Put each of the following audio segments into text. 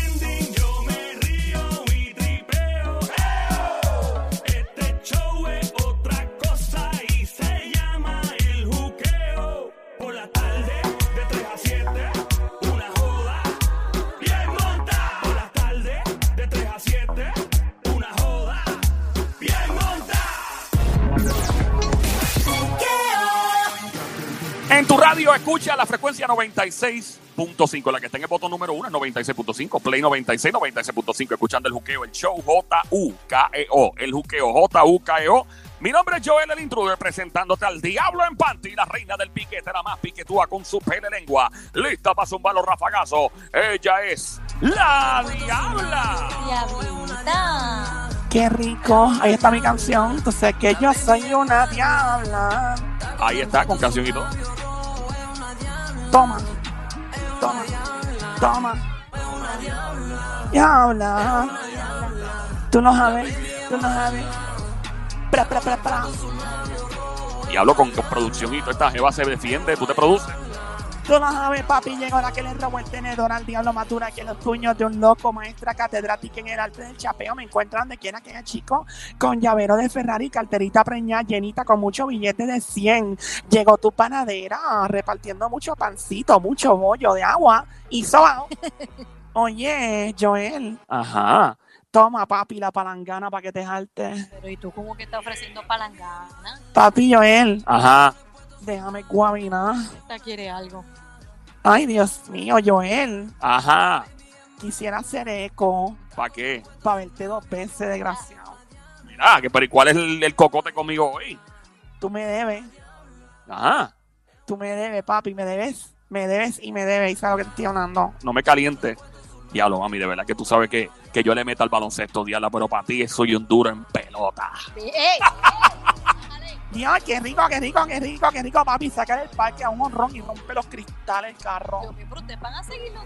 Este En tu radio escucha la frecuencia 96.5, la que está en el botón número 1 es 96.5, Play 96, 96.5, escuchando el juqueo, el show J-U-K-E-O, E el juqueo J-U-K-E-O. E Mi nombre es Joel el Intruder, presentándote al Diablo en Panty, la reina del piquete, la más piquetúa con su pele lengua, lista para zumbar los rafagazos. Ella es la Diabla. Diablita. Qué rico, ahí está mi canción. Tú sabes que yo soy una diabla. Ahí está, con canción y todo. Toma, toma, toma. Diabla. Tú no sabes, tú no sabes. Pra, pra, pra, pra. Diablo con, con producción y todo. Esta jeva se defiende, tú te produces. Tú no sabes, papi, llegó la que le robó el tenedor al diablo matura que los puños de un loco maestra catedrática en el arte del chapeo. Me encuentran donde quiera que haya chico con llavero de Ferrari, carterita preñada, llenita con mucho billete de 100. Llegó tu panadera repartiendo mucho pancito, mucho bollo de agua y sobao. Oye, Joel, Ajá. toma, papi, la palangana para que te jalte. Pero ¿y tú cómo que estás ofreciendo palangana? Papi, Joel, Ajá. déjame guaminar. Esta quiere algo. Ay, Dios mío, Joel, Ajá. quisiera hacer eco ¿Para qué? para verte dos veces, desgraciado. Mira, que, pero ¿y cuál es el, el cocote conmigo hoy? Tú me debes, Ajá. tú me debes, papi, me debes, me debes y me debes. Y sabes lo que te estoy hablando. No me caliente. Diablo, mami, de verdad que tú sabes que, que yo le meto al baloncesto, Diabla, pero para ti soy un duro en pelota. ¡Ey! ey, bájale. Dios, qué rico, qué rico, qué rico, qué rico, papi. Saca del parque a un honrón y rompe los cristales del carro. Dios mío, pero ustedes van a seguirlo.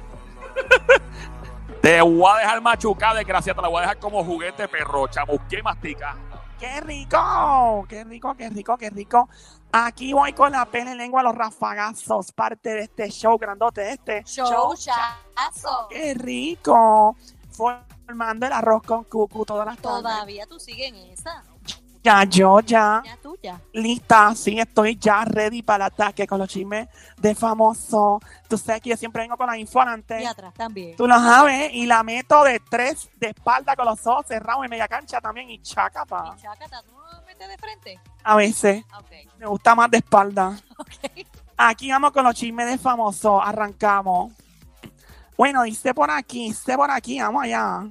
Te voy a dejar machucada, desgracia, te la voy a dejar como juguete perro, chamusqué y mastica. ¡Qué rico! ¡Qué rico, qué rico, qué rico! Aquí voy con la pena en lengua a los rafagazos, parte de este show grandote, de este Show, chazo. ¡Qué rico! Formando el arroz con cucu todas las tardes. Todavía tú sigues en esa. Ya, yo, ya. Ya tuya. lista, sí, estoy ya ready para el ataque con los chismes de famoso. Tú sabes que yo siempre vengo con la info Y antes. atrás también. Tú lo sabes, y la meto de tres de espalda con los ojos cerrados en media cancha también y chacapa. Y Chácata, tú no me metes de frente. A veces Ah, Ok. me gusta más de espalda. Ok. Aquí vamos con los chismes de famoso, arrancamos. Bueno, dice por aquí, dice por aquí, vamos allá.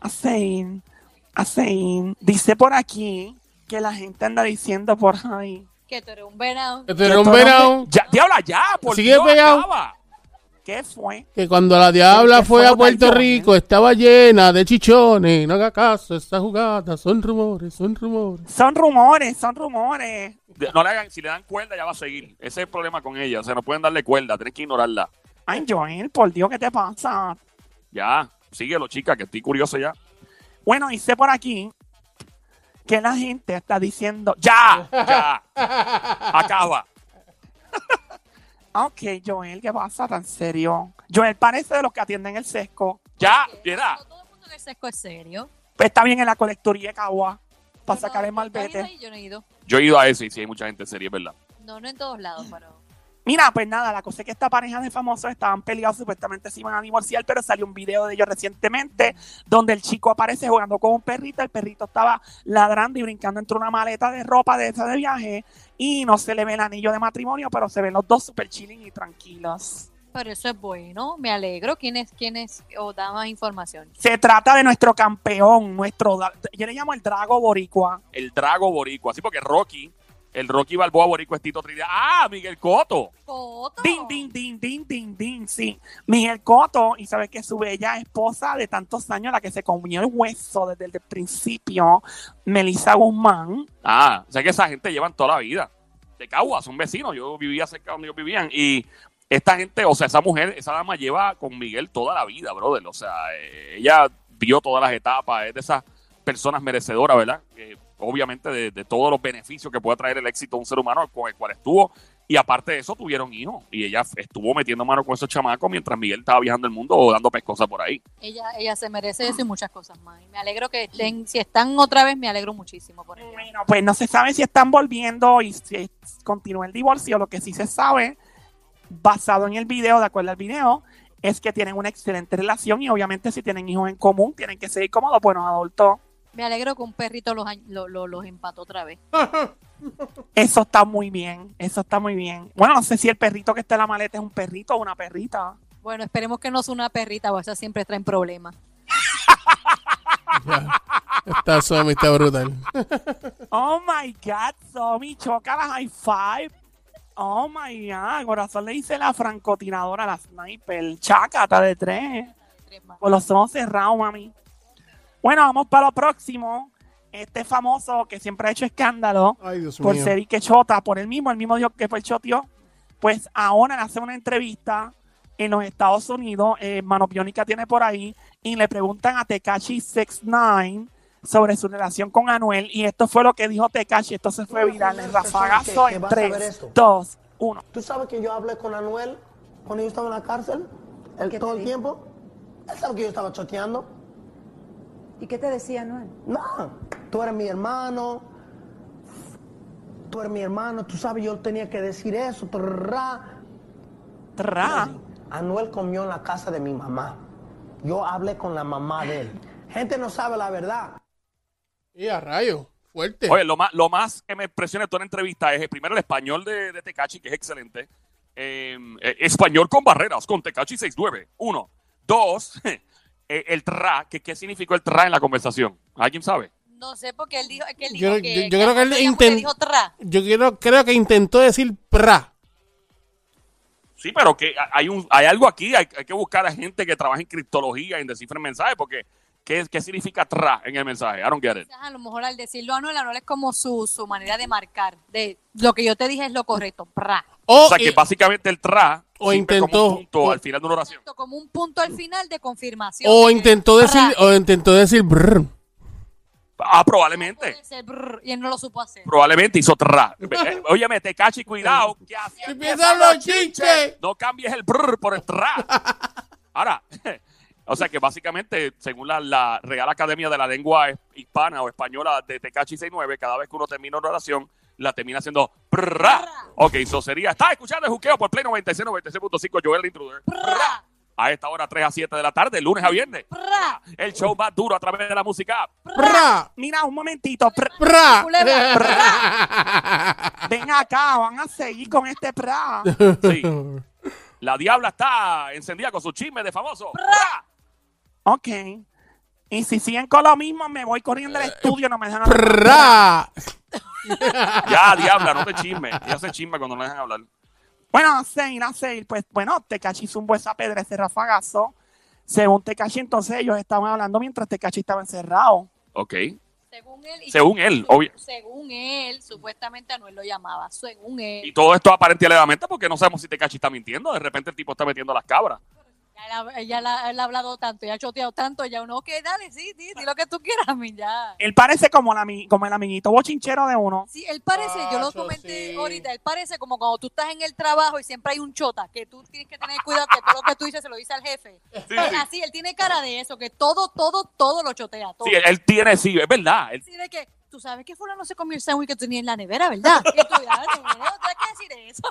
Hacen, hacen. Dice por aquí que la gente anda diciendo por ahí. Que tú eres un venado. Que te rompieron, Ya, Diabla, ya, por Sigue Dios, pegado. acaba. ¿Qué fue? que ¿eh? cuando la diabla Que fue a fue Puerto Dalton, Rico estaba llena de chichones. No haga caso, esta jugada son rumores, son rumores. Son rumores, son rumores. De- No le hagan, si le dan cuerda ya va a seguir. Ese es el problema con ella, o sea, no pueden darle cuerda, tienes que ignorarla. Ay, Joel, por Dios, ¿qué te pasa? Ya, síguelo, chica, que estoy curioso ya. Bueno, dice por aquí que la gente está diciendo, ya, Ya, ya, acaba. ok, Joel, ¿qué pasa tan serio? Joel parece de los que atienden el sesco. Ya, piedad. No todo el mundo en el sesco es serio. Está bien en la colecturía de Cagua para Yo no- sacar el ¿tú has ido malvete. ahí? Yo no he ido. Yo he ido a ese y sí hay mucha gente seria, es ¿verdad? No, no en todos lados, pero. Mira, pues nada, la cosa es que esta pareja de famosos estaban peleados, supuestamente se iban a divorciar, pero salió un video de ellos recientemente donde el chico aparece jugando con un perrito, el perrito estaba ladrando y brincando entre una maleta de ropa de esa de viaje y no se le ve el anillo de matrimonio, pero se ven los dos super chilling y tranquilos. Pero eso es bueno. Me alegro. ¿Quién es? ¿Quién es? O da más información. Se trata de nuestro campeón, nuestro, da- yo le llamo el Drago Boricua. El Drago Boricua, así porque Rocky, el Rocky Balboa Boricua es Tito Trinidad. ¡Ah, Miguel Coto! Coto. Din, din, din, din, din, din, sí. Miguel Coto, y sabes que su bella esposa de tantos años, la que se comió el hueso desde el principio, Melissa Guzmán, Ah, o sea que esa gente llevan toda la vida. De Cagua, son vecinos. Yo vivía cerca donde ellos vivían. Y esta gente, o sea, esa mujer, esa dama lleva con Miguel toda la vida, brother. O sea, eh, ella vio todas las etapas. Es de esas personas merecedoras, ¿verdad? Que, obviamente de, de todos los beneficios que puede traer el éxito a un ser humano con el cual estuvo. Y aparte de eso, tuvieron hijos. Y ella estuvo metiendo mano con esos chamacos mientras Miguel estaba viajando el mundo o dando pescosas por ahí. Ella, ella se merece eso y muchas cosas más. Y me alegro que estén. Si están otra vez, me alegro muchísimo por ella. Bueno, pues no se sabe si están volviendo y si continúa el divorcio. Lo que sí se sabe, basado en el video, de acuerdo al video, es que tienen una excelente relación y obviamente si tienen hijos en común, tienen que seguir como dos buenos adultos. Me alegro que un perrito los, añ- lo- lo- los empató otra vez. Eso está muy bien, eso está muy bien. Bueno, no sé si el perrito que está en la maleta es un perrito o una perrita. Bueno, esperemos que no sea una perrita, o esas siempre traen problemas. Esta Somi está brutal. Oh my God, Somi, choca la high five. Oh my God, corazón le dice la francotiradora, la sniper, chacata de tres. Tres más. Con Pues los ojos cerrados, mami. Bueno, vamos para lo próximo. Este famoso que siempre ha hecho escándalo Ay, Dios por mío. ser Iquechota, por el mismo, el mismo Dios que fue el chotio, pues ahora le hace una entrevista en los Estados Unidos, eh, Mano Biónica tiene por ahí, y le preguntan a Tekashi 69 sobre su relación con Anuel, y esto fue lo que dijo Tekashi, esto se fue viral, el rafagazo Que- que en va a saber 3, esto. 2, 1. Tú sabes que yo hablé con Anuel cuando yo estaba en la cárcel, él ¿Qué te todo el dijo? tiempo. Él sabe que yo estaba choteando. ¿Y qué te decía Noel? No, tú eres mi hermano. Tú eres mi hermano, tú sabes, yo tenía que decir eso. trrrá. Tra. Anuel comió en la casa de mi mamá. Yo hablé con la mamá de él. Gente no sabe la verdad. Y a rayo, fuerte. Oye, lo más, lo más que me impresiona de toda la entrevista es eh, primero el español de, de Tecachi, que es excelente. Eh, eh, español con barreras, con Tecachi 69. Uno. Dos, eh, el tra, que qué significó el tra en la conversación. ¿Alguien sabe? No sé porque él dijo que él Yo- dijo yo- que, yo creo que él le intent- dijo tra. Yo quiero, creo que intentó decir pra. Sí, pero que hay un, hay algo aquí, hay, hay que buscar a gente que trabaje en criptología, en descifrar mensajes, porque ¿qué, qué significa tra en el mensaje? I don't get it. Quizás A lo mejor al decirlo Anuel, Anuel es como su, su manera de marcar, de lo que yo te dije es lo correcto, pra. O, O sea, que eh, básicamente el tra o sirve como intentó- un punto o- al final de una oración. Exacto, como un punto al final de confirmación. o de que intentó pra. decir, o intentó decir brr. Ah, Puede probablemente. ser, brr, y él no lo supo hacer. Probablemente hizo tra. Eh, Óyeme, te cachi, cuidado. Que así Empiezan los chistes. No cambies el brr por el tra. Ahora, o sea que básicamente, según la, la Real Academia de la Lengua Hispana o Española de Tecachi 69, cada vez que uno termina una oración, la termina haciendo prra. Ok, eso sería. Está escuchando el juqueo por Play 96, 96.5, Joel el Intruder. Pra, A esta hora, 3 a 7 de la tarde, lunes a viernes. pra, El show más duro a través de la música. Pra. Mira, un momentito, pr- Pra. Culebra, ven acá, van a seguir con este pra. Sí. La diabla está encendida con su chisme de famoso. Ok. Y si siguen con lo mismo, me voy corriendo al estudio, no me dejan hablar. Eh, Pra. Ya, diabla, no te chisme. Ya se chisme cuando no dejan hablar. Bueno, a seguir, a seguir. Pues bueno, Tecachi zumbó esa pedra, ese rafagazo. Según Tecachi, entonces ellos estaban hablando mientras Tecachi estaba encerrado. Ok. Según él. y- Según él, obvio. Según él, supuestamente Anuel lo llamaba. Según Y él. todo esto aparente y alegadamente porque no sabemos si Tecachi está mintiendo. De repente el tipo está metiendo las cabras. Ya, la- ya la- él ha hablado tanto, ya ha choteado tanto, ya uno, ok, dale, sí, sí, di lo que tú quieras, mi, ya. Él parece como, la, ami- como el amiguito bochinchero de uno. Sí, él parece, yo lo Chacho, comenté sí. ahorita, él parece como cuando tú estás en el trabajo y siempre hay un chota, que tú tienes que tener cuidado que todo lo que tú dices se lo dice al jefe. Pues sí. Así, él tiene cara de eso, que todo, todo, todo lo chotea, todo. Sí, él, él tiene, sí, es verdad. Él- Así de que, tú sabes que fulano se comió el sándwich que tenía en la nevera, ¿verdad? Y tú, ya, no, no, no, hay que decir eso.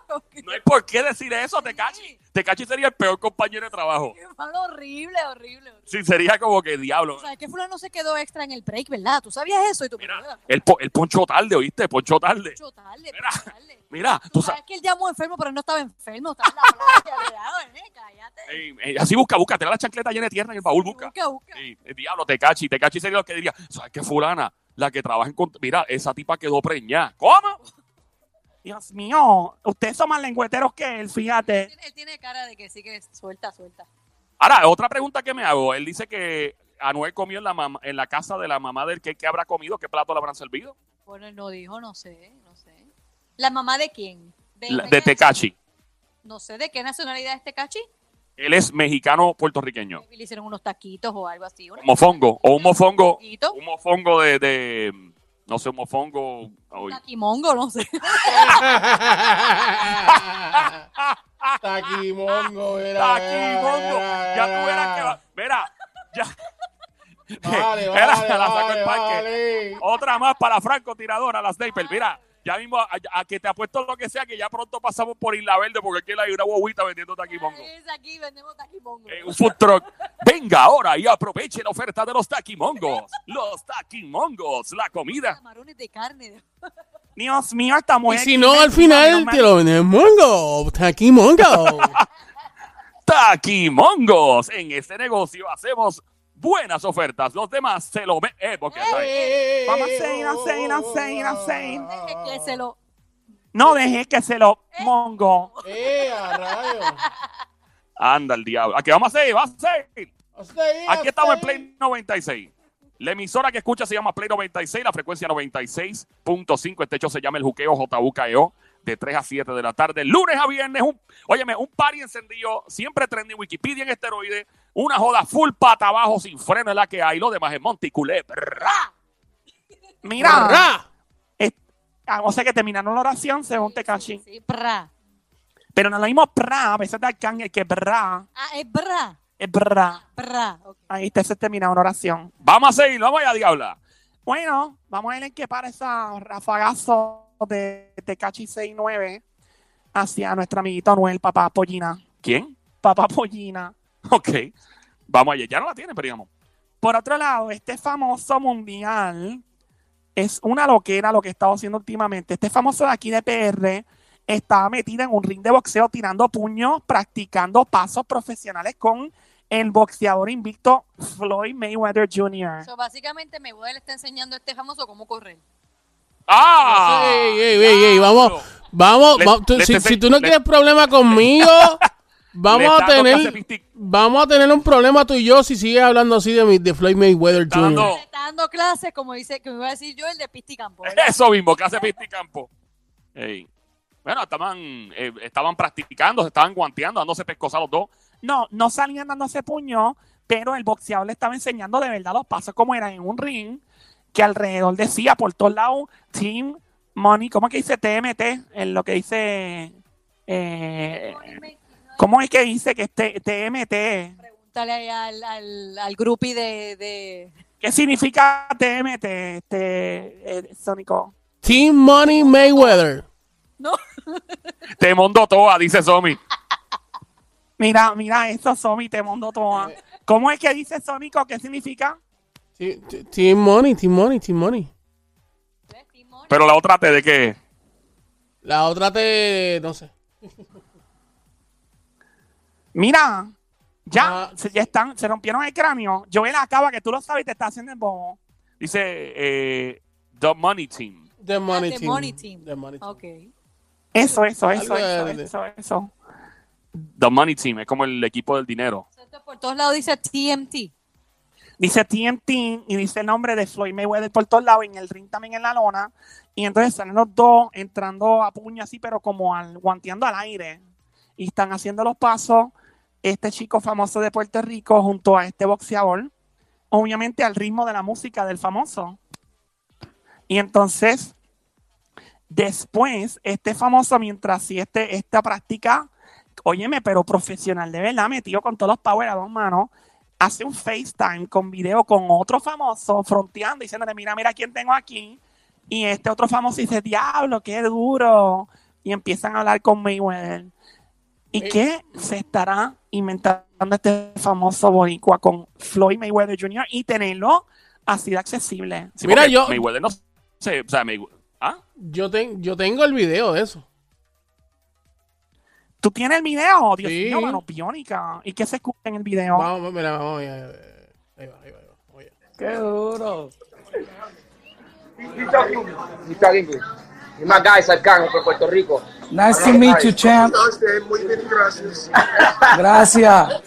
no hay por qué decir eso a Tecachi. Sí. Tecachi sería el peor compañero de trabajo. Hermano, horrible, horrible, horrible. Sí, sería como que diablo. Tú sabes que fulano se quedó extra en el break, ¿verdad? ¿Tú sabías eso? Y tú, Mira, Eh, el, po- el poncho tarde, ¿oíste? Poncho tarde. chotarle, Mira. chotarle. Mira, pues, Tú tú sabes. sabes que él llamó enfermo, pero él no estaba enfermo, estaba en la playa, cuidado, eh, cállate. Ey, ey, así busca, busca. Tener la chancleta llena de tierra en el baúl, busca. Busca, busca. Sí, el diablo, Tecachi. Tecachi sería lo que diría. ¿Sabes qué, fulana? La que trabaja en... cont- Mira, esa tipa quedó preñada. ¿Cómo? Dios mío, ustedes son más lengüeteros que él, Él fíjate. tiene- él tiene cara de que sí que es- suelta, suelta. Ahora, otra pregunta que me hago. Él dice que Anuel comió en la, mam- en la casa de la mamá del que, que habrá comido, qué plato le habrán servido. Bueno, él no dijo, no sé, no sé. ¿La mamá de quién? La- de Tecachi. No sé, ¿de qué nacionalidad es Tecachi? Él es mexicano puertorriqueño. Le hicieron unos taquitos o algo así. una- Mofongo. O un mofongo. Taquito. Un mofongo de. de- no sé, un mofongo. ay, Taquimongo, no sé. Taquimongo, era. Taquimongo. Ya tú verás que va. Mira. Ya. Vale, Mira, vale, la sacó el vale, parque. vale. Otra más para Franco Tiradora, la Sniper. Mira, Ya mismo, a, a que te apuesto lo que sea, que ya pronto pasamos por Isla Verde porque aquí hay una guaguita vendiendo taquimongo. Es aquí, vendemos taquimongo. Eh, un food truck. Venga ahora y aproveche la oferta de los taquimongos. Los taquimongos, la comida. Camarones de carne. Dios mío, estamos Pues Y si no, al final te lo venden mongo. Aquí mongo. Taquimongos. En este negocio hacemos buenas ofertas. Los demás se lo ven. Eh, porque está bien. Vamos a seguir, a seguir, a seguir, a seguir. Deje que se lo. No dejes que se lo mongo. ¡Eh, a rayo! Anda el diablo. Aquí vamos a seguir, va a seguir. Hasta ahí, Aquí hasta estamos en ahí. Play 96. La emisora que escucha se llama Play 96, la frecuencia 96.5. Este hecho se llama el Juqueo JUKEO E de 3 a 7 de la tarde, lunes a viernes. Un, óyeme, un party encendido, siempre trending Wikipedia en esteroide, una joda full pata abajo sin freno es la que hay. Lo demás es Monty Culebra. Mira, es- ah, o sea que terminaron la oración según te Sí, sí, bra. Pero no es lo mismo pra, a veces de arcángel que bra, Ah, es bra. es bra. Bra. ok. Ahí te se termina una oración. Vamos a seguir, vamos allá, diabla. Bueno, vamos a ver en qué para esa rafagazo de Tecachi 69 hacia nuestro amiguito Anuel, papá Pollina. ¿Quién? Papá Pollina. Ok. Vamos allá. Ya no la tiene, pero digamos. Por otro lado, este famoso mundial es una loquera lo que he estado haciendo últimamente. Este famoso de aquí de PR estaba metido en un ring de boxeo tirando puños, practicando pasos profesionales con el boxeador invicto Floyd Mayweather Jr. So, básicamente, me voy está enseñando a este famoso cómo correr. ¡Ah! Ey, ey, ey, ey, vamos. Vamos, Le- va- tú- le- si, te- si tú no le- quieres problema conmigo, vamos Le a está dando clase tener pistic- vamos a tener un problema tú y yo si sigues hablando así de mi, de Floyd Mayweather Está dando- Jr. Le Está dando clases, como dice, que me iba a decir yo, el de Pisticampo. Eso mismo, que hace Pisti Campo. Ey. Bueno, estaban, eh, estaban practicando, se estaban guanteando, dándose pescosa los dos. No, no salían dándose puño, pero el boxeador le estaba enseñando de verdad los pasos como eran en un ring, que alrededor decía por todos lados Team Money, ¿cómo es que dice TMT? En lo que dice... eh, ¿Cómo es que dice que este TMT? Pregúntale ahí al, al, al grupi de, de- ¿Qué significa TMT, este, eh, Sónico? Team Money Mayweather. No, Te mondo toda, dice Somi. Mira, mira eso, Somi, te mundo toa. ¿Cómo es que dice Sónico? ¿Qué significa? Ti- ti- Team Money, Team Money, Team Money. Timón. Pero la otra te de que La otra te no sé. Mira, ya, Ah. se, ya están, se rompieron el cráneo. Joel acaba, que tú lo sabes y te está haciendo el bobo. dice eh, The Money Team. The Money, Ah, The team. Money Team. The Money Team. Ok. Eso, eso, eso, eso, Algo de- eso, eso. The Money Team es como el equipo del dinero. Esto por todos lados dice TMT. Dice TNT y dice el nombre de Floyd Mayweather por todos lados, en el ring también en la lona. Y entonces salen los dos entrando a puño así, pero como al, guanteando al aire. Y están haciendo los pasos este chico famoso de Puerto Rico junto a este boxeador. Obviamente al ritmo de la música del famoso. Y entonces, después, este famoso, mientras sí este, esta práctica, óyeme, pero profesional de verdad, metido con todos los power a dos manos, hace un FaceTime con video con otro famoso, fronteando, diciéndole, mira, mira quién tengo aquí. Y este otro famoso dice, diablo, qué duro. Y empiezan a hablar con Mayweather. ¿Y qué se estará inventando este famoso boricua con Floyd Mayweather Jr. y tenerlo así de accesible? Sí, Mira, porque yo- Mayweather no sé, o sea, Mayweather- ¿Ah? Yo, ten- yo tengo el video de eso. ¿Tú tienes el video? Dios Sí. mío, mano biónica. ¿Y qué se escucha en el video? Vamos, mira, vamos, mira, eh, ahí va, ahí va, ahí va. Oye. Qué duro. You talk English. You're my guy, Sarkano, from Puerto Rico. Nice to meet you, champ. Gracias.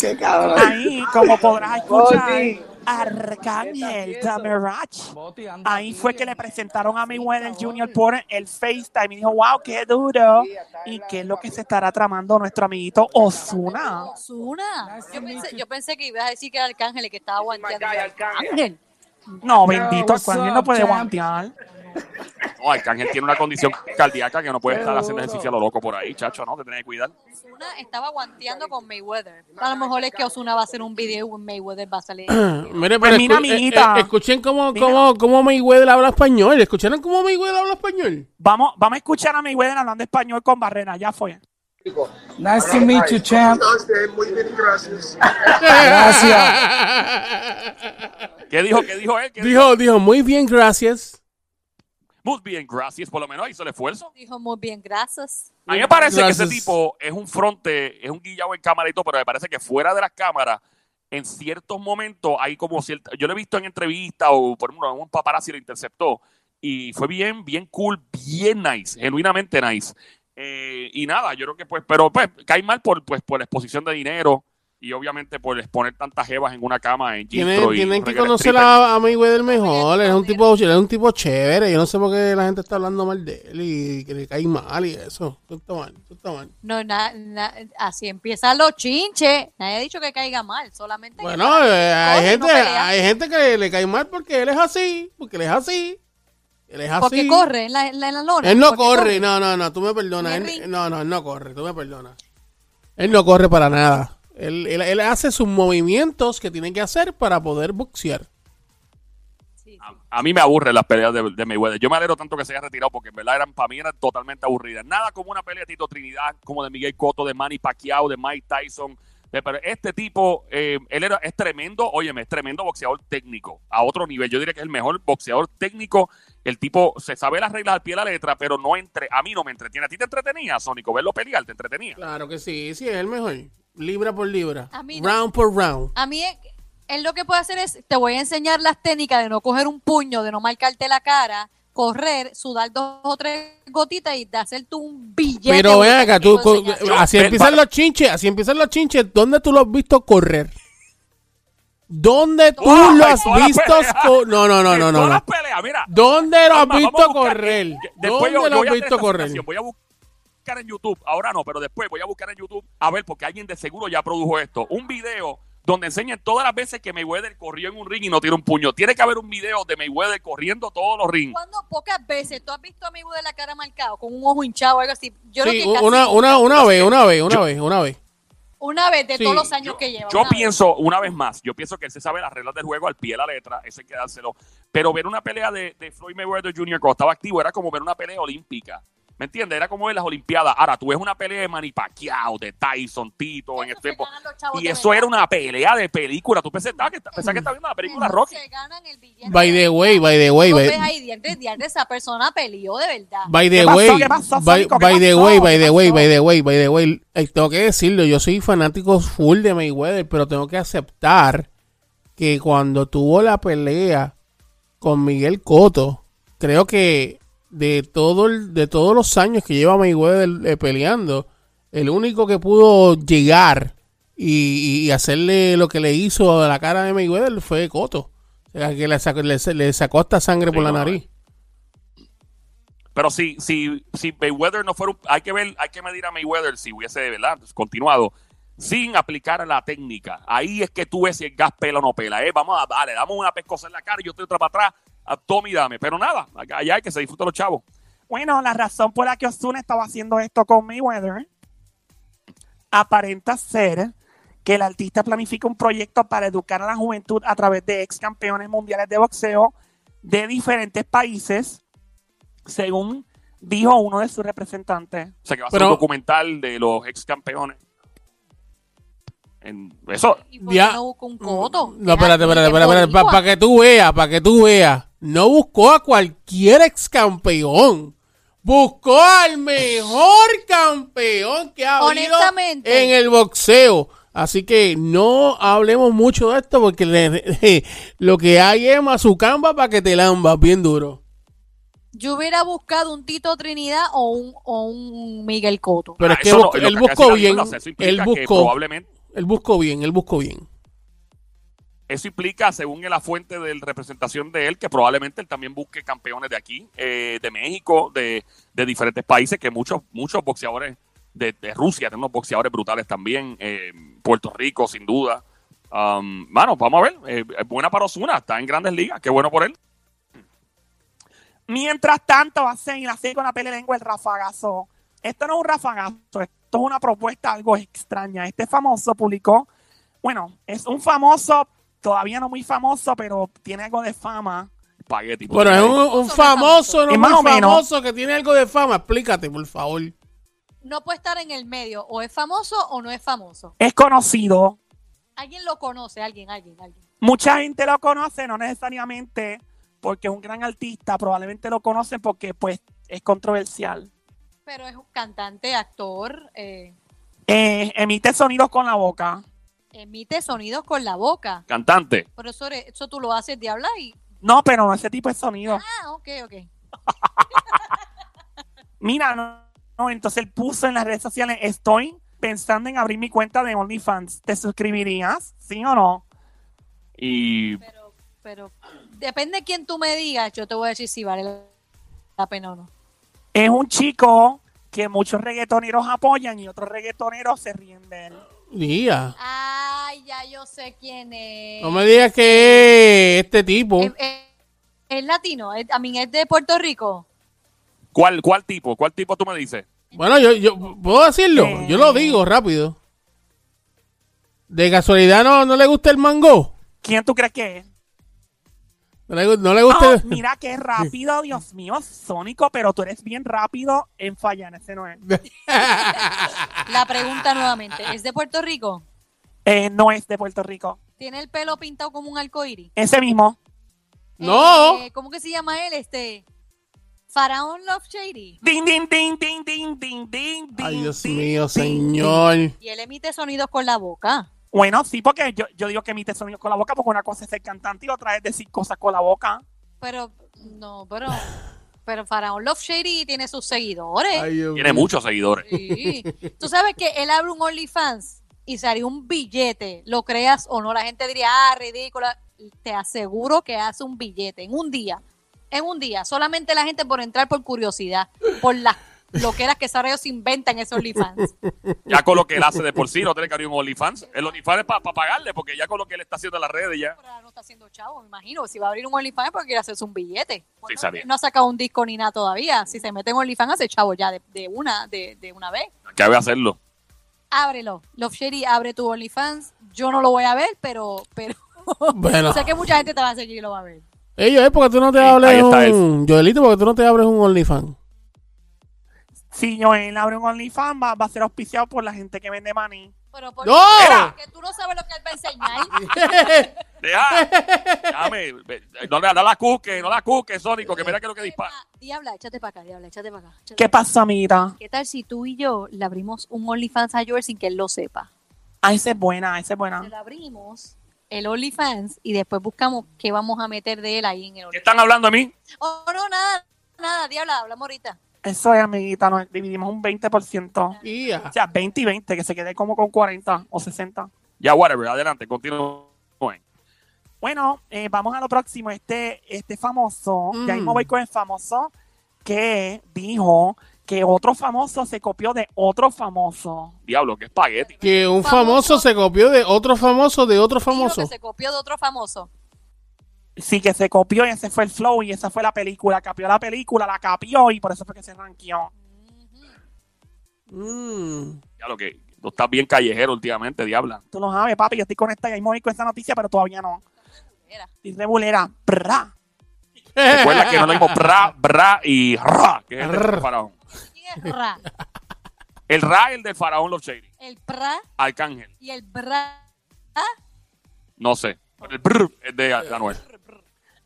Qué cabrón. Ahí, como podrás escuchar, Boti. Arcángel Está Tamerach. Boti, anda Ahí aquí, eh, fue que le anda. presentaron a Mayweather Jr. por el FaceTime y dijo, wow, qué duro. ¿Y qué es lo que se estará tramando nuestro amiguito Osuna? Osuna. Yo pensé, yo pensé que ibas a decir que era Arcángel el que estaba guanteando. Ángel. No, bendito, what's Arcángel up, no puede champ? guantear. No, Arcángel tiene una condición cardíaca que no puede estar haciendo ejercicio a lo loco por ahí, chacho, ¿no? Te tenés que cuidar. Osuna estaba guanteando con Mayweather. A lo mejor es que Osuna va a hacer un video y Mayweather va a salir. Mire, Pues pero mira, escu- eh, amiguita. eh, escuchen cómo, Mira. cómo, cómo Mayweather habla español. ¿Escucharon cómo Mayweather habla español? Vamos, vamos a escuchar a Mayweather hablando español con Barrera, ya fue. Nice to meet you, champ. Muy bien, gracias. Gracias. ¿Qué dijo? ¿Qué dijo él? ¿Qué dijo? dijo, dijo, muy bien, gracias. Muy bien, gracias. Por lo menos hizo el esfuerzo. Dijo muy bien, gracias. A mí me parece Gracias. que ese tipo es un fronte, es un guillado en cámara y todo, pero me parece que fuera de las cámaras, en ciertos momentos hay como cierta. Yo lo he visto en entrevistas o por ejemplo un paparazzi lo interceptó y fue bien, bien cool, bien nice, genuinamente nice. Eh, y nada, yo creo que pues, pero pues cae mal por, pues, por la exposición de dinero y obviamente por exponer tantas jevas en una cama en Tienen, gistro y tienen que reggae conocer stripper. a, a Mayweather mejor. Es un tipo, es un tipo chévere. Yo no sé por qué la gente está hablando mal de él y que le cae mal y eso. Eso está mal, eso está mal. No, na- na- así empiezan los chinches. Nadie ha dicho que caiga mal, solamente. que Bueno, para- eh, hay Oye, no gente, pelea. hay gente que le, le cae mal porque él es así, porque él es así. Él es así. Porque corre en la, en la- en la lona. Él no porque corre, no, no, no, tú me perdonas. Ni Él, ring. no, no, él no corre, tú me perdonas. Él no corre para nada. Él, él- él hace sus movimientos que tiene que hacer para poder boxear. Sí, sí. A mí me aburren las peleas de, de Mayweather. Yo me alegro tanto que se haya retirado porque en verdad eran, para mí eran totalmente aburridas. Nada como una pelea de Tito Trinidad, como de Miguel Cotto, de Manny Pacquiao, de Mike Tyson. De- pero este tipo, eh, él era, es tremendo, óyeme, es tremendo boxeador técnico, a otro nivel. Yo diría que es el mejor boxeador técnico. El tipo se sabe las reglas al pie de la letra, pero no entre, a mí no me entretiene. ¿A ti te entretenía, Sónico? Verlo pelear, te entretenía. Claro que sí, sí, es el mejor. Libra por libra. A mí no. Round por round. A mí, es- él lo que puede hacer es: te voy a enseñar las técnicas de no coger un puño, de no marcarte la cara, correr, sudar dos o tres gotitas y de hacer tú un billete. Pero ven Te acá, tú, quiero co- eh, enseñar. así Él empiezan para- los chinches, así empiezan los chinches. ¿Dónde tú lo has visto correr? ¿Dónde tú Ah, lo en has todas las visto? peleas. co- No, no, no, En no, no. todas las no. peleas, mira. ¿Dónde lo has Vamos, vamos a buscar- visto eh, correr? Yo- después yo- ¿Dónde yo lo voy has a hacer visto esta correr? situación, Voy a buscar en YouTube, ahora no, pero después voy a buscar en YouTube, a ver, porque alguien de seguro ya produjo esto, un video donde enseñen todas las veces que Mayweather corrió en un ring y no tiró un puño. Tiene que haber un video de Mayweather corriendo todos los rings. Cuando pocas veces tú has visto a mi de la cara marcado con un ojo hinchado o algo así. Yo Sí, creo que casi una, una, una vez, una vez, una yo- vez, una vez. una vez de sí, todos los años Yo, que lleva. yo una vez. pienso, una vez más, yo pienso que él se sabe las reglas del juego al pie de la letra, eso hay que dárselo. Pero ver una pelea de, de Floyd Mayweather Jr. cuando estaba activo era como ver una pelea olímpica. ¿Me entiendes? Era como ver las Olimpiadas. Ahora, tú ves una pelea de Manny Pacquiao, de Tyson, Tito, en este Eso se tiempo. ganan los chavos Y de eso verdad. era una pelea de película. Tú pensabas que, pensabas que estaba viendo la película Rocky. Se ganan el billete. By the way, by the way, Tú by, ves ahí, dientes, dientes, esa persona peleó de verdad. by the ¿Qué pasó? way, ¿Qué pasó, by, Sónico? ¿Qué by the pasó? way, by the ¿Qué way, pasó? by the way, by the way, eh, tengo que decirlo, yo soy fanático full de Mayweather, pero tengo que aceptar que cuando tuvo la pelea con Miguel Cotto, creo que de todo el- de todos los años que lleva Mayweather eh, peleando, el único que pudo llegar y, y- y hacerle lo que le hizo a la cara de Mayweather fue Cotto. O sea, que le sacó, le, le sacó hasta sangre Sí, por la no, eh, nariz. Pero si, si, si Mayweather no fuera un- hay que ver, hay que medir a Mayweather si hubiese ¿verdad? continuado sin aplicar la técnica. Ahí es que tú ves si el gas pela o no pela. ¿eh? Vamos a darle, damos una pescosa en la cara, yo estoy otra para atrás, a Tommy dame. Pero nada, acá- allá hay que se disfruta los chavos. Bueno, la razón por la que Osuna estaba haciendo esto con Mayweather aparenta ser que el artista planifica un proyecto para educar a la juventud a través de ex campeones mundiales de boxeo de diferentes países, según dijo uno de sus representantes. O sea que va a ser Pero- un documental de los ex campeones. En- eso, ¿Y por qué Ya. no buscó un coto? No, espérate, espérate, espérate, para para que tú veas, para que tú veas. No buscó a cualquier ex campeón. Buscó al mejor campeón que ha habido Honestamente. en el boxeo. Así que no hablemos mucho de esto porque le- lo que hay es mazucamba para que te lambas bien duro. Yo hubiera buscado un Tito Trinidad o un, o un Miguel Coto. Pero ah, es que eso no- buscó- lo él que buscó casi nadie bien, lo hace. Eso implica él que buscó, probablemente él buscó bien, él buscó bien. Eso implica, según la fuente de representación de él, que probablemente él también busque campeones de aquí, eh, de México, de, de diferentes países, que muchos, muchos boxeadores de, de Rusia, tenemos boxeadores brutales también, eh, Puerto Rico, sin duda. Um, mano, vamos a ver, eh, buena para Osuna, está en grandes ligas, qué bueno por él. Mientras tanto, hacen así con la pele lengua el rafagazo. Esto no es un rafagazo, esto es una propuesta algo extraña. Este famoso publicó, bueno, es un famoso, todavía no muy famoso, pero tiene algo de fama. Espagueti. Bueno, es un, un famoso, no Es muy más o menos. famoso, que tiene algo de fama. Explícate, por favor. No puede estar en el medio, o es famoso o no es famoso. Es conocido, Alguien lo conoce, alguien, alguien, alguien. mucha gente lo conoce, no necesariamente porque es un gran artista, probablemente lo conocen porque pues es controversial. Pero es un cantante, actor, eh, Eh, emite sonidos con la boca. emite sonidos con la boca. Cantante. Por eso, eres- eso tú lo haces de hablar y. No, pero no ese tipo de sonido. Ah, ok, ok. Mira, no, no, entonces él puso en las redes sociales, estoy pensando en abrir mi cuenta de OnlyFans. ¿Te suscribirías? ¿Sí o no? Y Pero, pero depende de quién tú me digas, yo te voy a decir si vale la pena o no. Es un chico que muchos reggaetoneros apoyan y otros reggaetoneros se ríen de él. Día. Ay, ya yo sé quién es. No me digas que es este tipo. es, es- es latino, es- a mí es de Puerto Rico. ¿cuál, ¿cuál tipo? ¿Cuál tipo tú me dices? Bueno, yo, yo puedo decirlo. Yo lo digo rápido. De casualidad no, no le gusta el mango. ¿Quién tú crees que es? No le, gu- no le gusta. Oh, Ah, mira qué rápido, Dios mío, Sónico, pero tú eres bien rápido en fallar, ese no es. La pregunta nuevamente, ¿es de Puerto Rico? Eh, no es de Puerto Rico. ¿Tiene el pelo pintado como un arcoíris? Ese mismo. No. Eh, ¿Cómo que se llama él? Este. Faraón Love Shady. Din, din, din, din, din, din, din, Ay, din, Dios din, mío, din, señor. Y él emite sonidos con la boca. Bueno, sí, porque yo, yo digo que emite sonidos con la boca, porque una cosa es ser cantante y otra es decir cosas con la boca. Pero, no, pero. Pero Faraón Love Shady tiene sus seguidores. Ay, Dios Tiene mío. muchos seguidores. Sí. Tú sabes que él abre un OnlyFans y salió un billete, lo creas o no, la gente diría, ah, ridícula. Te aseguro que hace un billete en un día, en un día, solamente la gente por entrar por curiosidad, por las loqueras que ahora ellos inventan esos OnlyFans. Ya con lo que él hace de por sí, no tiene que abrir un OnlyFans. El OnlyFans es para pagarle, porque ya con lo que él está haciendo en las redes ya. Ahora no está haciendo chavo, me imagino. Si va a abrir un OnlyFans es porque quiere hacerse un billete. Sí, está bien. no ha sacado un disco ni nada todavía. Si se mete en OnlyFans hace chavo ya de, de una, de, de una vez. Cabe hacerlo. ábrelo. Love Sherry, abre tu OnlyFans. Yo no lo voy a ver, pero, pero Bueno. sé que mucha gente te va a seguir y lo va a ver. Ellos, ¿eh? porque tú no te Sí, ahí abres está un. Joelito, porque tú no te abres un OnlyFans. Si yo él abre un OnlyFans, va, va a ser auspiciado por la gente que vende maní. Pero por ¡No! que tú no sabes lo que él va a enseñar. Deja. Dame. No le no la cuque, no la cuque, Sónico, que mira que es lo que dispara. diabla, échate para acá, diabla, échate para acá. échate ¿Qué pa' acá. pasa, mira? ¿Qué tal si tú y yo le abrimos un OnlyFans a Joel sin que él lo sepa? Ah, esa es buena, esa es Se buena. lo abrimos el OnlyFans y después buscamos qué vamos a meter de él ahí en el ¿Qué OnlyFans. están hablando a mí? Oh, no, nada, nada, diabla, hablamos ahorita. Eso es, amiguita, nos dividimos un 20%. Ya. O sea, 20 y 20, que se quede como con 40 o 60. Ya, whatever, adelante, continúen. Bueno, eh, vamos a lo próximo. Este, este famoso, Mm. ya mismo voy con el famoso, que dijo que otro famoso se copió de otro famoso. Diablo, qué espagueti. Que un Famoso. famoso se copió de otro famoso de otro Dijo famoso. que se copió de otro famoso. Sí, que se copió y ese fue el flow y esa fue la película. Capió la película, la capió y por eso fue que se ranqueó. Mm. Diablo, que tú estás bien callejero últimamente, diabla. Tú lo sabes, papi. Yo estoy con esta, ya mismo voy con esta noticia, pero todavía no. Era. Y rebulera, brrra. Recuerda que no le dimos bra, bra y ra, que es el Rrr. del faraón. ¿Quién es Ra? El ra es el del faraón Love Shady. El Pra Arcángel, y el Bra. no sé. Pero el brr es de Eh. Anuel.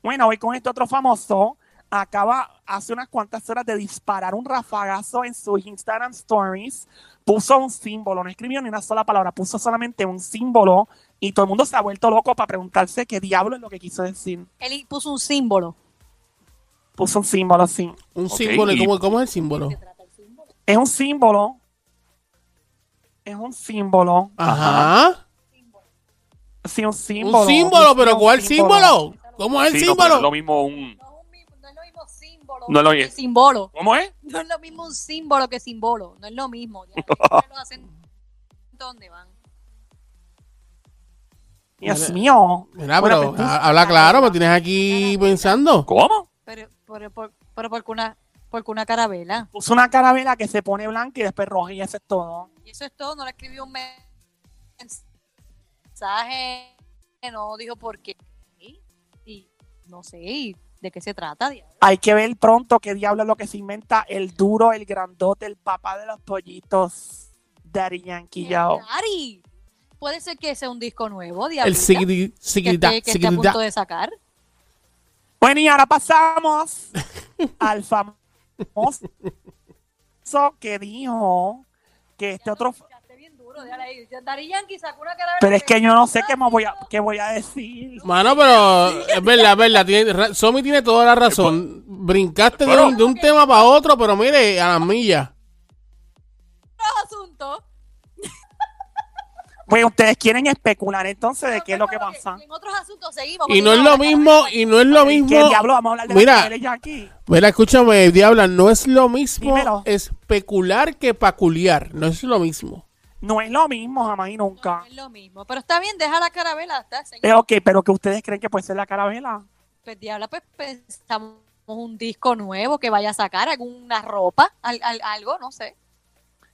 Bueno, voy con este otro famoso. Acaba hace unas cuantas horas de disparar un rafagazo en sus Instagram Stories. Puso un símbolo, no escribió ni una sola palabra, puso solamente un símbolo y todo el mundo se ha vuelto loco para preguntarse qué diablo es lo que quiso decir. Él puso un símbolo. Puso un símbolo, sí. Un Ok, símbolo. ¿y y- ¿Cómo, cómo es el símbolo? Es un símbolo. Es un símbolo. Ajá. Sí, un símbolo. Un símbolo, pero un ¿cuál símbolo? ¿Cómo es el Sí, no, pero no es lo símbolo? mismo un. No es, un mismo- no es lo mismo símbolo No lo que es. símbolo. ¿Cómo es? No es lo mismo un símbolo que símbolo. No es lo mismo. Ya, siempre los hacen dónde van. Dios mío. Mira, Bueno, pero pues, ha- habla claro, me tienes aquí pensando. ¿Cómo? Pero, pero, por- pero, Pero porque una, porque una carabela. Puso una carabela que se pone blanca y después roja y eso es todo. Y eso es todo, no le escribió un mensaje, no dijo por qué. Y no sé, ¿y ¿de qué se trata? diablo? Hay que ver pronto qué diablo es lo que se inventa el duro, el grandote, el papá de los pollitos. Daddy Yankee Yao. Dari. Puede ser que sea un disco nuevo, El diablita, que, sigri, sigrida, esté, que esté a sigrida. punto de sacar. Bueno, y ahora pasamos al famoso que dijo que este otro. Dari Yankee sacó una carabela. Pero es que yo no sé qué, me voy, a, qué voy a decir. Mano, pero es verdad, es verdad. Tiene, ra- Somi tiene toda la razón. Brincaste de un, de un tema para otro, pero mire, a las millas. otros asuntos. Bueno, Pues ustedes quieren especular entonces de qué es lo que Pero que- pasa. En otros asuntos seguimos. Y no es lo mismo, y no es lo mismo. ¿Qué diablo vamos a hablar de Mira. la mujer Yankee? Mira, escúchame, Diabla, no es lo mismo Dímelo. especular que peculiar. No es lo mismo. No es lo mismo jamás y nunca. No es lo mismo. Pero está bien, deja la carabela. Está, Eh, ok, pero que ustedes creen que puede ser la carabela. pues, diabla, pues pensamos un disco nuevo que vaya a sacar, alguna ropa, al- al- algo, no sé.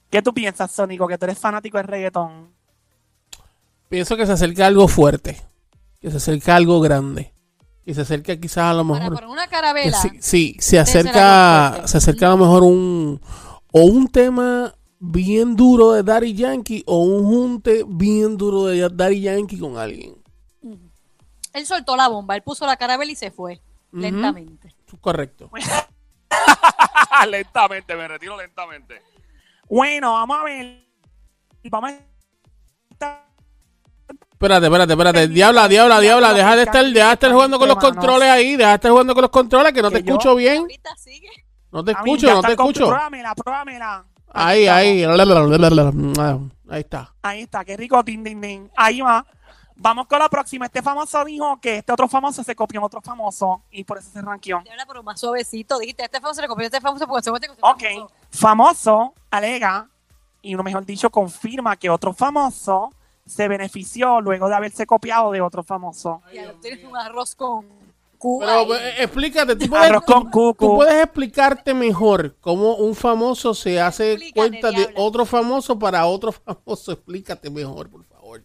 ¿Qué tú piensas, Sónico? Que tú eres fanático del reggaetón. Pienso que se acerca algo fuerte. Que se acerca algo grande. Que se acerca quizás a lo Para mejor. poner una que carabela. Sí, sí, se Debe ser algo acerca, fuerte. se acerca a lo mejor un o un tema bien duro de Daddy Yankee o un junte bien duro de Daddy Yankee con alguien. Él soltó la bomba, él puso la carabela y se fue. Ujú. Lentamente. Correcto. Pues, Ah, lentamente, me retiro lentamente. Bueno, vamos a ver. Vamos a estar Espérate, espérate, espérate. Diabla, diabla, diabla, deja de estar, deja de estar jugando con los controles ahí, deja de estar jugando con los controles que no te Que yo- escucho bien. Ahorita sigue. No te a mí escucho, ya no está te el con- escucho. Pruébamela, pruébamela. Ahí, ahí. Ahí está. Ahí está, qué rico, din, din, din. Ahí va. Vamos con la próxima. Este famoso dijo que este otro famoso se copió en otro famoso y por eso se ranqueó. Diabla, pero más suavecito. Dijiste, este famoso le copió este famoso porque se mete con este Ok, famoso. famoso alega, y uno mejor dicho, confirma que otro famoso se benefició luego de haberse copiado de otro famoso. Diabla, tú tienes un arroz con Cuba. Pero ahí. eh, explícate, tú puedes, Arroz con tú cucu. puedes explicarte mejor cómo un famoso se hace Explícate, cuenta de diabla. otro famoso para otro famoso. Explícate mejor, por favor.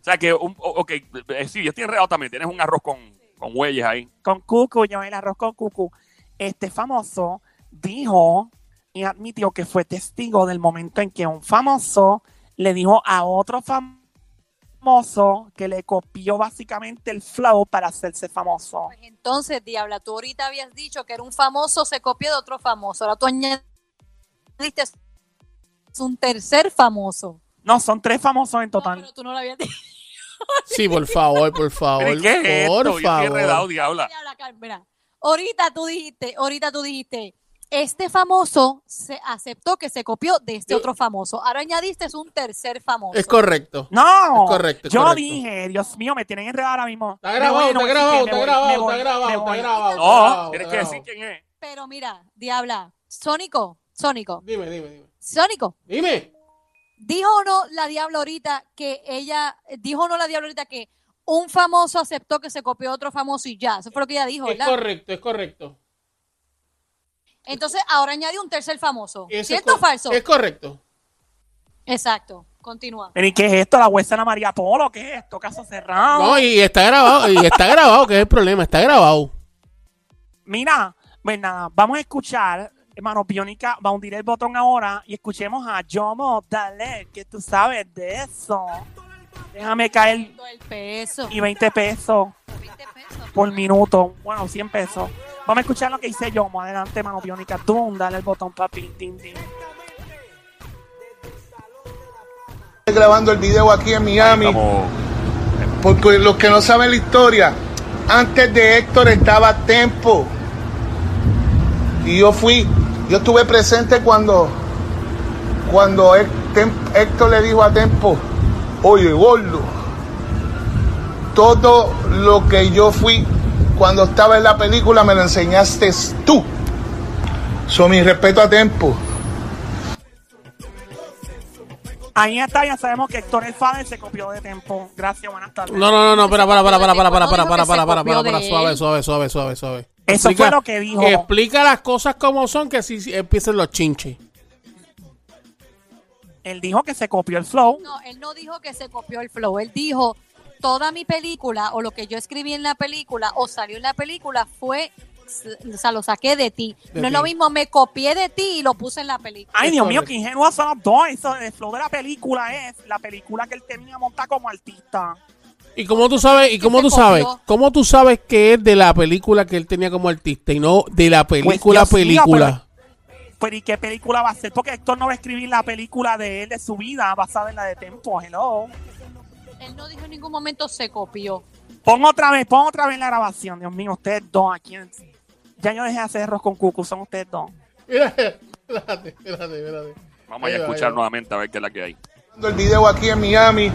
O sea que, un, o- ok, eh, sí, yo estoy enredado también. Tienes un arroz con, con huellas ahí. Con cucu, yo el arroz con cucu. Este famoso dijo y admitió que fue testigo del momento en que un famoso le dijo a otro famoso que le copió básicamente el flow para hacerse famoso. Pues entonces, Diabla, tú ahorita habías dicho que era un famoso, se copió de otro famoso. Ahora tú añadiste un tercer famoso. No, son tres famosos en total. No, pero tú no lo habías dicho. Sí, por favor, por favor. Pero, ¿Qué es esto? Por Yo estoy enredado, favor. diabla. Diabla, Carmen, mira. Ahorita tú dijiste, ahorita tú dijiste, este famoso se aceptó que se copió de este Yo- otro famoso. Ahora añadiste un tercer famoso. Es correcto. No, Es correcto, es yo correcto. dije, Dios mío, me tienen enredado ahora mismo. Está Me grabado, voy, no está voy a grabado, decir que está me grabado, voy, está me voy, grabado, me está voy. grabado. No, Ah, tienes que decir decir quién es. Pero mira, Diabla, Sónico, Sónico, Dime, dime, dime. Sónico, Dime. ¿dijo o no la Diabla ahorita que ella, dijo o no la Diabla ahorita que un famoso aceptó que se copió de otro famoso y ya? Eso fue lo que ella dijo, Es ¿verdad? correcto, es correcto. Entonces ahora añade un tercer famoso. Eso es ¿Cierto o cor- falso? Es correcto. Exacto, continúa. Pero, ¿y qué es esto? La huesa de Ana María Polo, ¿qué es esto? Caso Ah, cerrado. No, y está grabado, y está grabado, que es el problema, está grabado. Mira, pues nada, vamos a escuchar, hermano Bionica, va a hundir el botón ahora y escuchemos a Yomo, dale, que tú sabes de eso. Déjame caer El peso. y 20 pesos 20 pesos. por minuto, bueno, 100 pesos. Vamos a escuchar lo que dice Yomo, adelante, hermano Bionica, tú dale el botón, papi, tin, tin. Estoy grabando el video aquí en Miami, Estamos porque los que no saben la historia, antes de Héctor estaba Tempo. Y yo fui, yo estuve presente cuando, cuando Hé- Tem- Héctor le dijo a Tempo, oye gordo, todo lo que yo fui cuando estaba en la película me lo enseñaste tú. So mi respeto a Tempo. Ahí está, ya sabemos que Héctor el Fader se copió de tiempo. Gracias, buenas tardes. No, no, no, no, para, para, para, para, para, para, para, para, para, para, para, Cuando dijo que se copió de para, suave, él. suave, suave, suave, suave. Eso Explica- fue lo que dijo. Explica las cosas como son, que si si empiecen los chinches. Él dijo que se copió el flow. No, él no dijo que se copió el flow. Él dijo, toda mi película o lo que yo escribí en la película o salió en la película fue, o sea, lo saqué de ti. De no ti. es lo mismo, me copié de ti y lo puse en la película. Ay, Dios mío, correcto. qué ingenuos son los dos. Eso, el flow de la película es la película que él tenía montada como artista. ¿Y cómo tú sabes? ¿Y Que cómo se tú sabes? copió. ¿Cómo tú sabes que es de la película que él tenía como artista y no de la película Pues, Dios mío, película? Pero Pues, ¿y qué película va a ser? Porque Héctor no va a escribir la película de él, de su vida, basada en la de Tempo. Hello. Él no dijo en ningún momento se copió. Pon otra vez, pon otra vez la grabación. Dios mío, ustedes dos aquí. en- Ya yo dejé de hacer arroz con cucu, son ustedes dos. espérate, espérate, espérate. Vamos a Ahí va, escuchar ahí va. nuevamente a ver qué es la que hay. el video aquí en Miami.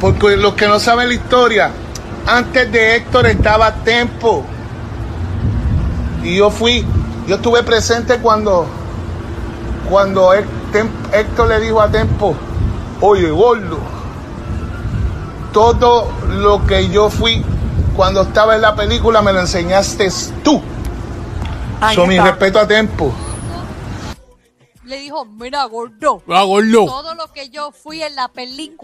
Porque los que no saben la historia, antes de Héctor estaba Tempo. Y yo fui, yo estuve presente cuando, cuando Hé- Tem- Héctor le dijo a Tempo, oye gordo, todo lo que yo fui cuando estaba en la película me lo enseñaste tú. Ahí Son mi está. respeto a Tempo. Le dijo, mira, gordo, Ah, gordo. todo lo que yo fui en la película.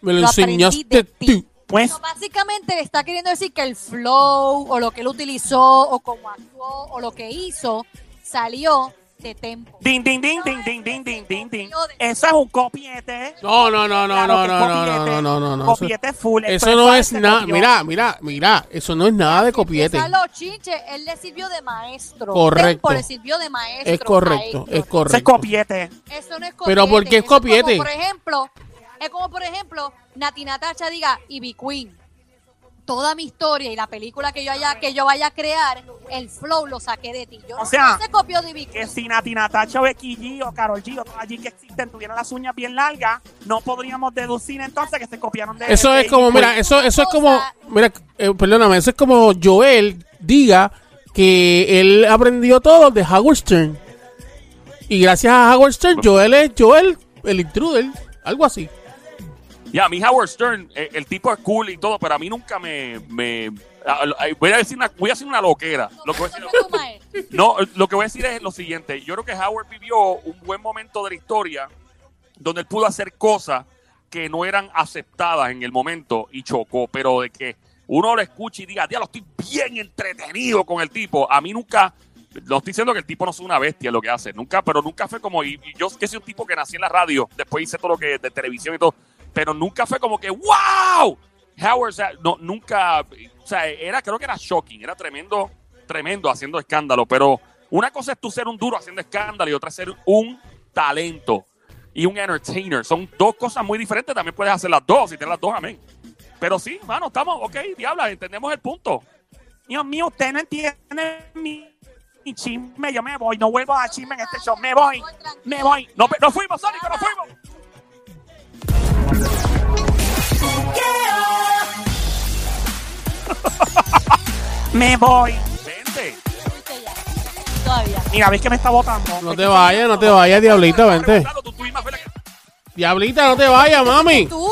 Cula. Me lo, Lo aprendí enseñaste de ti. tú. Pues, Bueno, básicamente le está queriendo decir que el flow o lo que él utilizó o cómo actuó o lo que hizo salió de tempo. din, din, din, din, din, din, din, din, din. Eso es un copiete. No, no, no, no, Claro no, que no, es no, no, copiete. no, no, no, no. Eso, Copiete full. eso Héctor no Suárez es se nada. copió. Mira, mira, mira. Eso no es nada de copiete. Empieza los chinches, él le sirvió de maestro. Correcto. Tempo le sirvió de maestro. Es correcto, a Héctor. es Eso es correcto. copiete. Eso no es copiete. Pero ¿por qué es Eso como, copiete? por ejemplo, es como por ejemplo, Nati Natacha diga y B Queen. Toda mi historia y la película que yo haya, que yo vaya a crear, el flow lo saqué de ti. Yo O no- sea, no se copió de B que Queen. si Nati Natacha o Becky G o Carol G o todas allí que existen tuvieran las uñas bien largas, no podríamos deducir entonces que se copiaron de Eso es de- como, mira, eso, eso es como, mira, eh, perdóname, eso es como Joel diga que él aprendió todo de Howard Stern. Y gracias a Howard Stern, Joel es Joel, el intruder, algo así. Ya, a mí Howard Stern, eh, el, tipo es cool y todo, pero a mí nunca me... me- a- a- voy, a decir una, voy a decir una loquera. Lo que voy a decir- Eso fue tu maestro. No, lo que voy a decir es lo siguiente. Yo creo que Howard vivió un buen momento de la historia donde él pudo hacer cosas que no eran aceptadas en el momento y chocó, pero de que uno lo escuche y diga, diablo, estoy bien entretenido con el tipo. A mí nunca, no estoy diciendo que el tipo no es una bestia lo que hace, nunca, pero nunca fue como, y, y yo que soy un tipo que nací en la radio, después hice todo lo que de televisión y todo, pero nunca fue como que, wow, Howard, o sea, no, nunca, o sea, era, creo que era shocking, era tremendo, tremendo haciendo escándalo, pero una cosa es tú ser un duro haciendo escándalo y otra es ser un talento y un entertainer. Son dos cosas muy diferentes, también puedes hacer las dos, si tienes las dos, amén. Pero sí, mano, estamos, ok, diabla, entendemos el punto. Dios mío, usted no entiende mi, mi chisme. Yo me voy, no vuelvo a dar chisme en este show. Me voy, me voy. No, pe- no fuimos, Sónico, no fuimos. Me voy. Vente. Viste ya. Todavía. Mira, ves que me está botando. No te vayas, no te vayas, Diablita, vente. Gonzalo, tú- tú misma fue la que- Diablita, no te vayas, mami. Tú,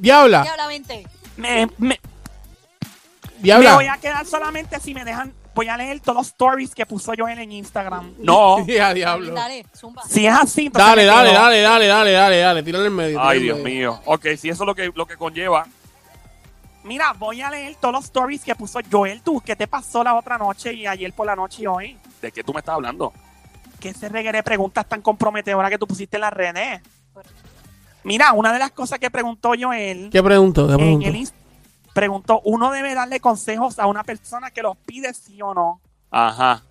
Diabla, diabla, vente. Pues, Me, me- me voy diabla. a quedar solamente si me dejan. Voy a leer todos los stories que puso yo en Instagram. No. Ya, diablo. Dale, zumba. Si es así, entonces Dale, me dale, quedo. dale, dale, dale, dale, dale. Tírale en medio. tírale Ay, en Dios medio. mío. Ok, si eso es lo que, lo que conlleva. Mira, voy a leer todos los stories que puso Joel. Tú, ¿qué te pasó la otra noche y ayer por la noche y hoy? ¿De qué tú me estás hablando? que ese reguero de preguntas tan comprometedoras que tú pusiste en las redes. Mira, una de las cosas que preguntó Joel ¿Qué pregunto? ¿Qué en pregunto? el Inst- preguntó, ¿uno debe darle consejos a una persona que los pide sí o no? Ajá.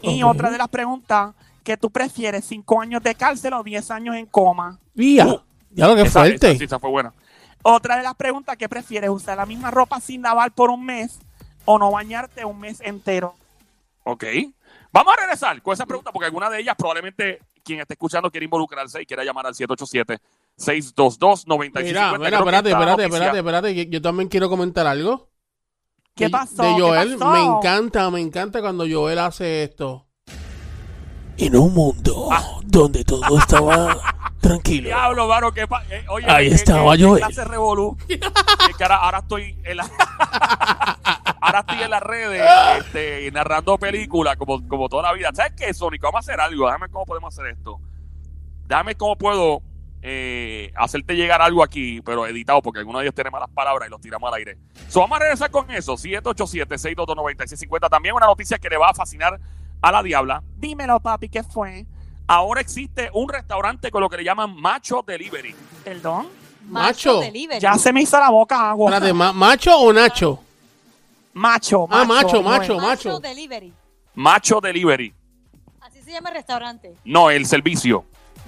Y Ok. otra de las preguntas, que tú prefieres cinco años de cárcel o 10 años en coma? Vía. Uh, ya lo que Esa- fuerte. esa sí, esa fue buena. Otra de las preguntas, ¿qué prefieres? ¿Usar la misma ropa sin lavar por un mes o no bañarte un mes entero? Ok. Vamos a regresar con esa pregunta porque alguna de ellas probablemente quien esté escuchando quiere involucrarse y quiera llamar al 787 622 Mira, mira, espérate, espérate, espérate, espérate. Yo- Yo también quiero comentar algo. ¿Qué de- pasó? De ¿Qué Joel. pasó? Me encanta, me encanta cuando Joel hace esto. En un mundo donde todo estaba tranquilo. Diablo, mano, qué pa- eh, oye, Ahí qué- estaba qué- Joel. qué clase de revolú. Que cara, ahora estoy en la- ahora ahora estoy en las redes este, narrando películas como, como toda la vida. ¿Sabes qué, Sonic? Vamos a hacer algo. Déjame cómo podemos hacer esto. Déjame cómo puedo eh, hacerte llegar algo aquí, pero editado, porque alguno de ellos tiene malas palabras y los tiramos al aire. So, vamos a regresar con eso. 787-622-9650. También una noticia que le va a fascinar a la diabla. Dímelo, papi, ¿qué fue? Ahora existe un restaurante con lo que le llaman Macho Delivery. Perdón. Macho. delivery. Ya se me hizo la boca agua. Espérate, ma- ¿macho o Nacho? Macho, macho. Ah, macho, bueno. macho. Macho delivery. Macho Delivery. Así se llama el restaurante. No, el servicio.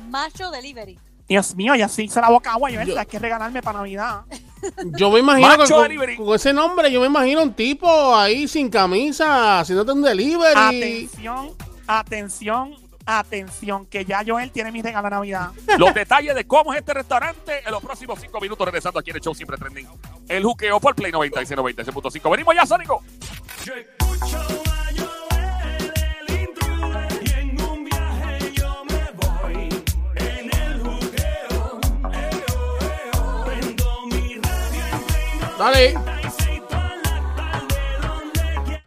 Macho delivery. Dios mío, ya se hizo la boca agua. Yo, Yo- hay que regalarme para Navidad. Yo me imagino Macho que con, delivery. con ese nombre, yo me imagino un tipo ahí sin camisa, haciéndote un delivery. Atención, atención, atención, que ya Joel tiene mi regalo de Navidad. Los detalles de cómo es este restaurante en los próximos 5 minutos, regresando aquí en el show Siempre Trending. El juqueo por Play 96, 96.5. Venimos ya, Sónico. Yo escucho a Joel, el intruder, y en un viaje yo me voy. En el juqueo, eo, eo, prendo mi radio en Play Dale. 96 toda la tarde, donde quiera.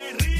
Me río Este